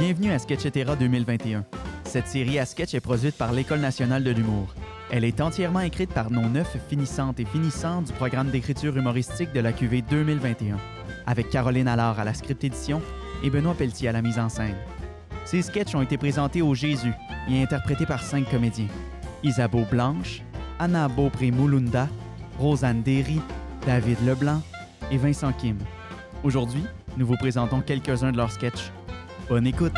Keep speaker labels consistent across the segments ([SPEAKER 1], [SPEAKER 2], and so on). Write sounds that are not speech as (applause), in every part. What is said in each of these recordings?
[SPEAKER 1] Bienvenue à Sketchetera 2021. Cette série à sketch est produite par l'École nationale de l'humour. Elle est entièrement écrite par nos neuf finissantes et finissants du programme d'écriture humoristique de la QV 2021, avec Caroline Allard à la script édition et Benoît Pelletier à la mise en scène. Ces sketchs ont été présentés au Jésus et interprétés par cinq comédiens. Isabeau Blanche, Anna Beaupré-Moulunda, Rosanne Derry, David Leblanc et Vincent Kim. Aujourd'hui, nous vous présentons quelques-uns de leurs sketchs. Bonne écoute!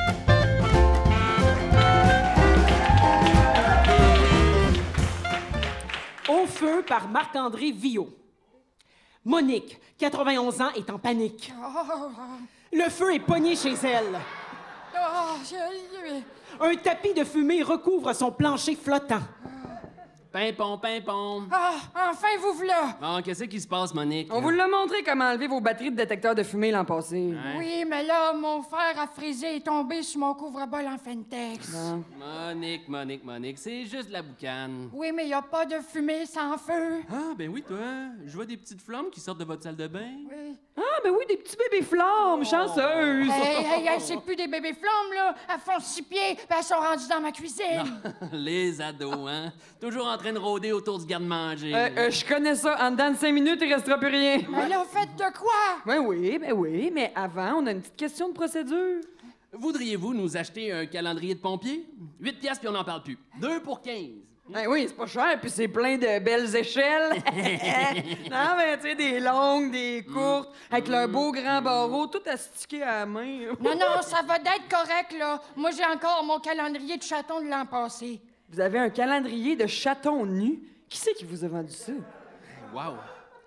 [SPEAKER 2] Au feu par Marc-André Villot. Monique, 91 ans, est en panique.
[SPEAKER 3] Oh,
[SPEAKER 2] Le feu est pogné chez elle.
[SPEAKER 3] oh, je-
[SPEAKER 2] Un tapis de fumée recouvre son plancher flottant.
[SPEAKER 4] Pimpon, pimpon.
[SPEAKER 3] Ah, enfin vous voilà!
[SPEAKER 4] Bon, qu'est-ce qui se passe, Monique?
[SPEAKER 5] On vous l'a montré comment enlever vos batteries de détecteur de fumée l'an passé.
[SPEAKER 4] Hein?
[SPEAKER 3] Oui, mais là, mon fer à friser est tombé sur mon couvre-bol en Fentex.
[SPEAKER 4] Monique, Monique, Monique, c'est juste de la boucane.
[SPEAKER 3] Oui, mais y a pas de fumée sans feu.
[SPEAKER 4] (laughs) Ah, ben oui, toi. Je vois des petites flammes qui sortent de votre salle de bain.
[SPEAKER 3] Oui.
[SPEAKER 5] Ah, mais oui, des petits bébés flammes, chanceuses!
[SPEAKER 3] Hey, hey, hey, c'est plus des bébés flammes, là. Elles font six pieds, puis elles sont rendues dans ma cuisine.
[SPEAKER 4] (laughs) Les ados, hein? Toujours en train de rôder autour du garde-manger.
[SPEAKER 5] Euh, euh, je connais ça. En dedans de cinq minutes, il restera plus rien.
[SPEAKER 3] Mais là, faites de quoi?
[SPEAKER 5] Oui, oui, ben oui, mais avant, on a une petite question de procédure.
[SPEAKER 4] Voudriez-vous nous acheter un calendrier de pompiers? 8 piastres, puis on n'en parle plus. 2 pour 15.
[SPEAKER 5] Ben oui, c'est pas cher, puis c'est plein de belles échelles. non, mais tu sais, des longues, des courtes, avec leur beau grand barreau, tout astiqué à la main.
[SPEAKER 3] Non, non, ça va d'être correct, là. Moi, j'ai encore mon calendrier de chaton de l'an passé.
[SPEAKER 5] Vous avez un calendrier de chatons nus. Qui c'est qui vous a vendu ça?
[SPEAKER 4] Wow.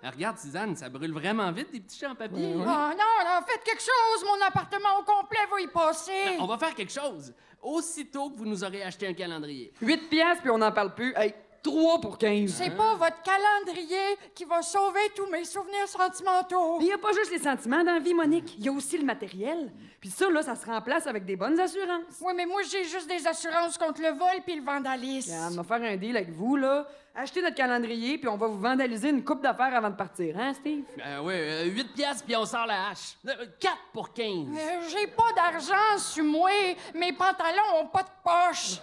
[SPEAKER 4] Ah, Regarde, Suzanne, ça brûle vraiment vite, des petits champs en papier.
[SPEAKER 3] Oh non, là, faites quelque chose. Mon appartement au complet va y passer.
[SPEAKER 4] On va faire quelque chose. Aussitôt que vous nous aurez acheté un calendrier.
[SPEAKER 5] 8 piastres, puis on n'en parle plus. Hey, 3 pour 15.
[SPEAKER 3] C'est
[SPEAKER 4] Hein?
[SPEAKER 3] pas votre calendrier qui va sauver tous mes souvenirs sentimentaux.
[SPEAKER 5] Il n'y a pas juste les sentiments dans la vie, Monique. Il y a aussi le matériel. Puis ça, là, ça se remplace avec des bonnes assurances.
[SPEAKER 3] Oui, mais moi, j'ai juste des assurances contre le vol puis le vandalisme.
[SPEAKER 5] Regarde, on va faire un deal avec vous, là. Achetez notre calendrier, puis on va vous vandaliser une coupe d'affaires avant de partir, hein, Steve?
[SPEAKER 4] Ben oui, euh, 8 piastres, puis on sort la hache. 4 pour 15.
[SPEAKER 3] Euh, j'ai pas d'argent sur moi. Mes pantalons ont pas de poche.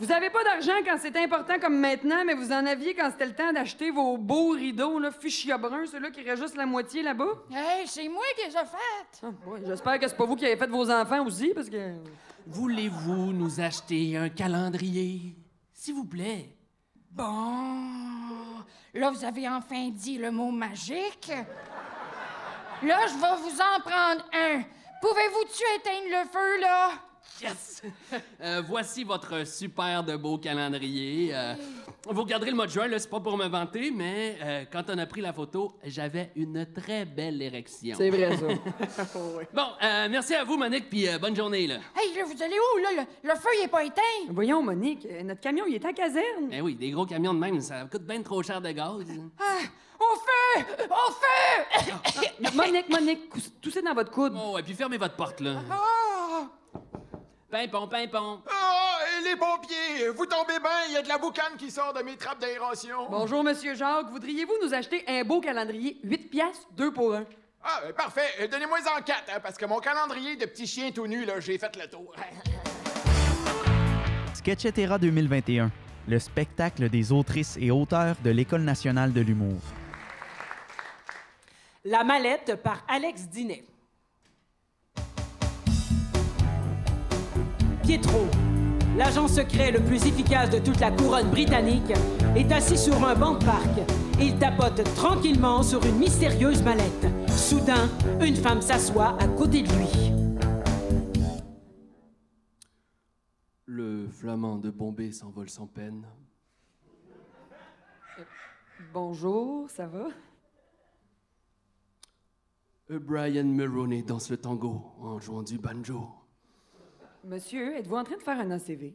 [SPEAKER 5] Vous avez pas d'argent quand c'est important comme maintenant, mais vous en aviez quand c'était le temps d'acheter vos beaux rideaux, là, fuchsia brun, ceux-là qui restent juste la moitié là-bas.
[SPEAKER 3] Hey, c'est moi qui les ai faites.
[SPEAKER 5] Ah, ouais, J'espère que c'est pas vous qui avez fait vos enfants aussi, parce que...
[SPEAKER 4] Voulez-vous nous acheter un calendrier? S'il vous plaît.
[SPEAKER 3] Bon. Là, vous avez enfin dit le mot magique. Là, je vais vous en prendre un. Pouvez-vous-tu éteindre le feu, là?
[SPEAKER 4] Yes! (laughs) Euh, voici votre super de beau calendrier. Euh, vous regarderez le mois de juin, là, c'est pas pour me vanter, mais euh, quand on a pris la photo, j'avais une très belle érection.
[SPEAKER 5] C'est vrai, ça.
[SPEAKER 4] Bon, euh, merci à vous, Monique, puis euh, bonne journée, là.
[SPEAKER 3] Hey, là, vous allez où, là? Le, le feu, il est pas éteint.
[SPEAKER 5] (laughs) Voyons, Monique, euh, notre camion, il est à caserne.
[SPEAKER 4] Ben oui, des gros camions de même, ça coûte bien trop cher de gaz.
[SPEAKER 3] Ah, au feu! Au feu! (laughs)
[SPEAKER 5] Monique, Monique, cous- toussez dans votre coude.
[SPEAKER 4] Oh, et puis fermez votre porte, là.
[SPEAKER 3] Ah!
[SPEAKER 4] Pimpon, pimpon.
[SPEAKER 6] Ah, et les pompiers! Vous tombez bien, il y a de la boucane qui sort de mes trappes d'aération.
[SPEAKER 5] Bonjour, Monsieur Jacques. Voudriez-vous nous acheter un beau calendrier? 8 piastres, 2 pour 1.
[SPEAKER 6] Ah, euh, parfait. Euh, Donnez-moi en quatre, hein, parce que mon calendrier de petits chiens tout nus, là, j'ai fait le tour.
[SPEAKER 1] Sketchetera 2021, le spectacle des autrices et auteurs de l'École nationale de l'humour.
[SPEAKER 2] La mallette par Alex Dinet. Pietro, l'agent secret le plus efficace de toute la couronne britannique, est assis sur un banc de parc. Il tapote tranquillement sur une mystérieuse mallette. Soudain, une femme s'assoit à côté de lui.
[SPEAKER 4] Le flamand de Bombay s'envole sans peine.
[SPEAKER 5] Bonjour, ça va?
[SPEAKER 4] Euh, Brian Mulroney danse le tango en jouant du banjo.
[SPEAKER 5] Monsieur, êtes-vous en train de faire un ACV?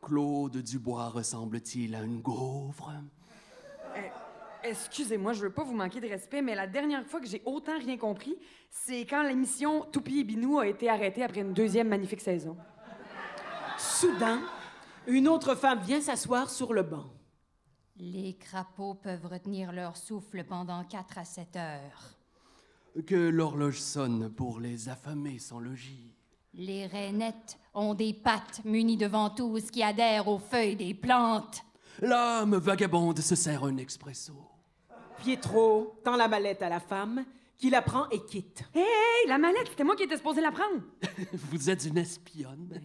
[SPEAKER 4] Claude Dubois ressemble-t-il à une gaufre?
[SPEAKER 5] Excusez-moi, je veux pas vous manquer de respect, mais la dernière fois que j'ai autant rien compris, c'est quand l'émission Toupie et Binou a été arrêtée après une deuxième magnifique saison.
[SPEAKER 2] Soudain, une autre femme vient s'asseoir sur le banc.
[SPEAKER 7] Les crapauds peuvent retenir leur souffle pendant 4 à 7 heures.
[SPEAKER 4] que l'horloge sonne pour les affamer sans logis.
[SPEAKER 3] Les rainettes ont des pattes munies de ventouses qui adhèrent aux feuilles des plantes.
[SPEAKER 4] L'âme vagabonde se sert un expresso.
[SPEAKER 2] Pietro tend la mallette à la femme, qui la prend et quitte.
[SPEAKER 5] Hé, hey, la mallette, c'était moi qui étais supposé la prendre.
[SPEAKER 4] Vous êtes une espionne.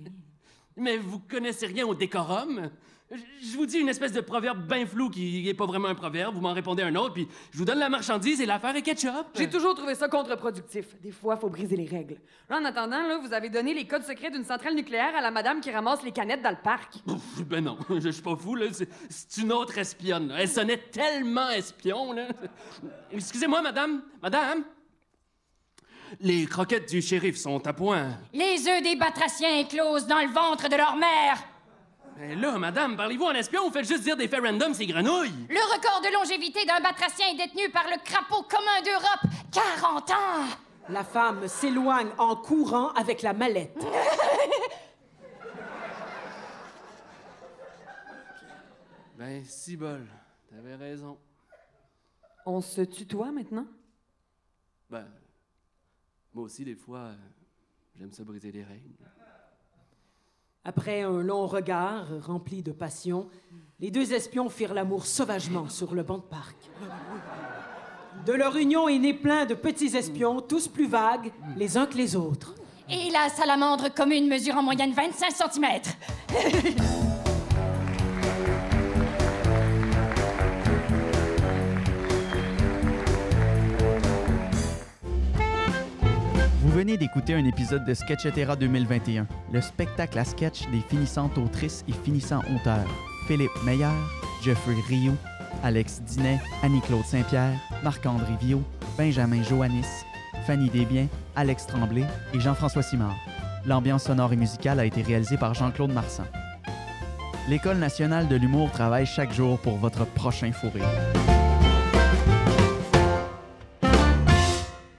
[SPEAKER 4] Mais vous connaissez rien au décorum. Je- Je vous dis une espèce de proverbe bien flou qui n'est pas vraiment un proverbe. Vous m'en répondez un autre, puis je vous donne la marchandise et l'affaire est ketchup.
[SPEAKER 5] J'ai toujours trouvé ça contre-productif. Des fois, faut briser les règles. Là, en attendant, là, vous avez donné les codes secrets d'une centrale nucléaire à la madame qui ramasse les canettes dans le parc.
[SPEAKER 4] Pff, (laughs) Ben non, je suis pas fou, là. C'est- C'est une autre espionne. là. Elle sonnait tellement espion, là. (laughs) Excusez-moi, madame. Madame? Les croquettes du shérif sont à point.
[SPEAKER 3] Les œufs des batraciens éclosent dans le ventre de leur mère.
[SPEAKER 4] Mais Ben là, madame, parlez-vous en espion ou faites juste dire des faits random, ces grenouilles?
[SPEAKER 3] Le record de longévité d'un batracien est détenu par le crapaud commun d'Europe. 40 ans!
[SPEAKER 2] La femme s'éloigne en courant avec la mallette.
[SPEAKER 4] Ben, si bol. T'avais raison.
[SPEAKER 5] On se tutoie maintenant?
[SPEAKER 4] Ben, moi aussi, des fois, euh, j'aime ça briser les règles.
[SPEAKER 2] Après un long regard rempli de passion, les deux espions firent l'amour sauvagement sur le banc de parc. De leur union est né plein de petits espions, tous plus vagues les uns que les autres.
[SPEAKER 3] Et la salamandre commune mesure en moyenne 25 cm.
[SPEAKER 1] Vous venez d'écouter un épisode de Sketchetera 2021, le spectacle à sketch des finissantes autrices et finissants auteurs. Philippe Meyer, Jeffrey Rio, Alex Dinet, Annie-Claude Saint-Pierre, Marc-André Viau, Benjamin Joannis, Fanny Desbiens, Alex Tremblay et Jean-François Simard. L'ambiance sonore et musicale a été réalisée par Jean-Claude Marsan. L'École nationale de l'humour travaille chaque jour pour votre prochain fourré.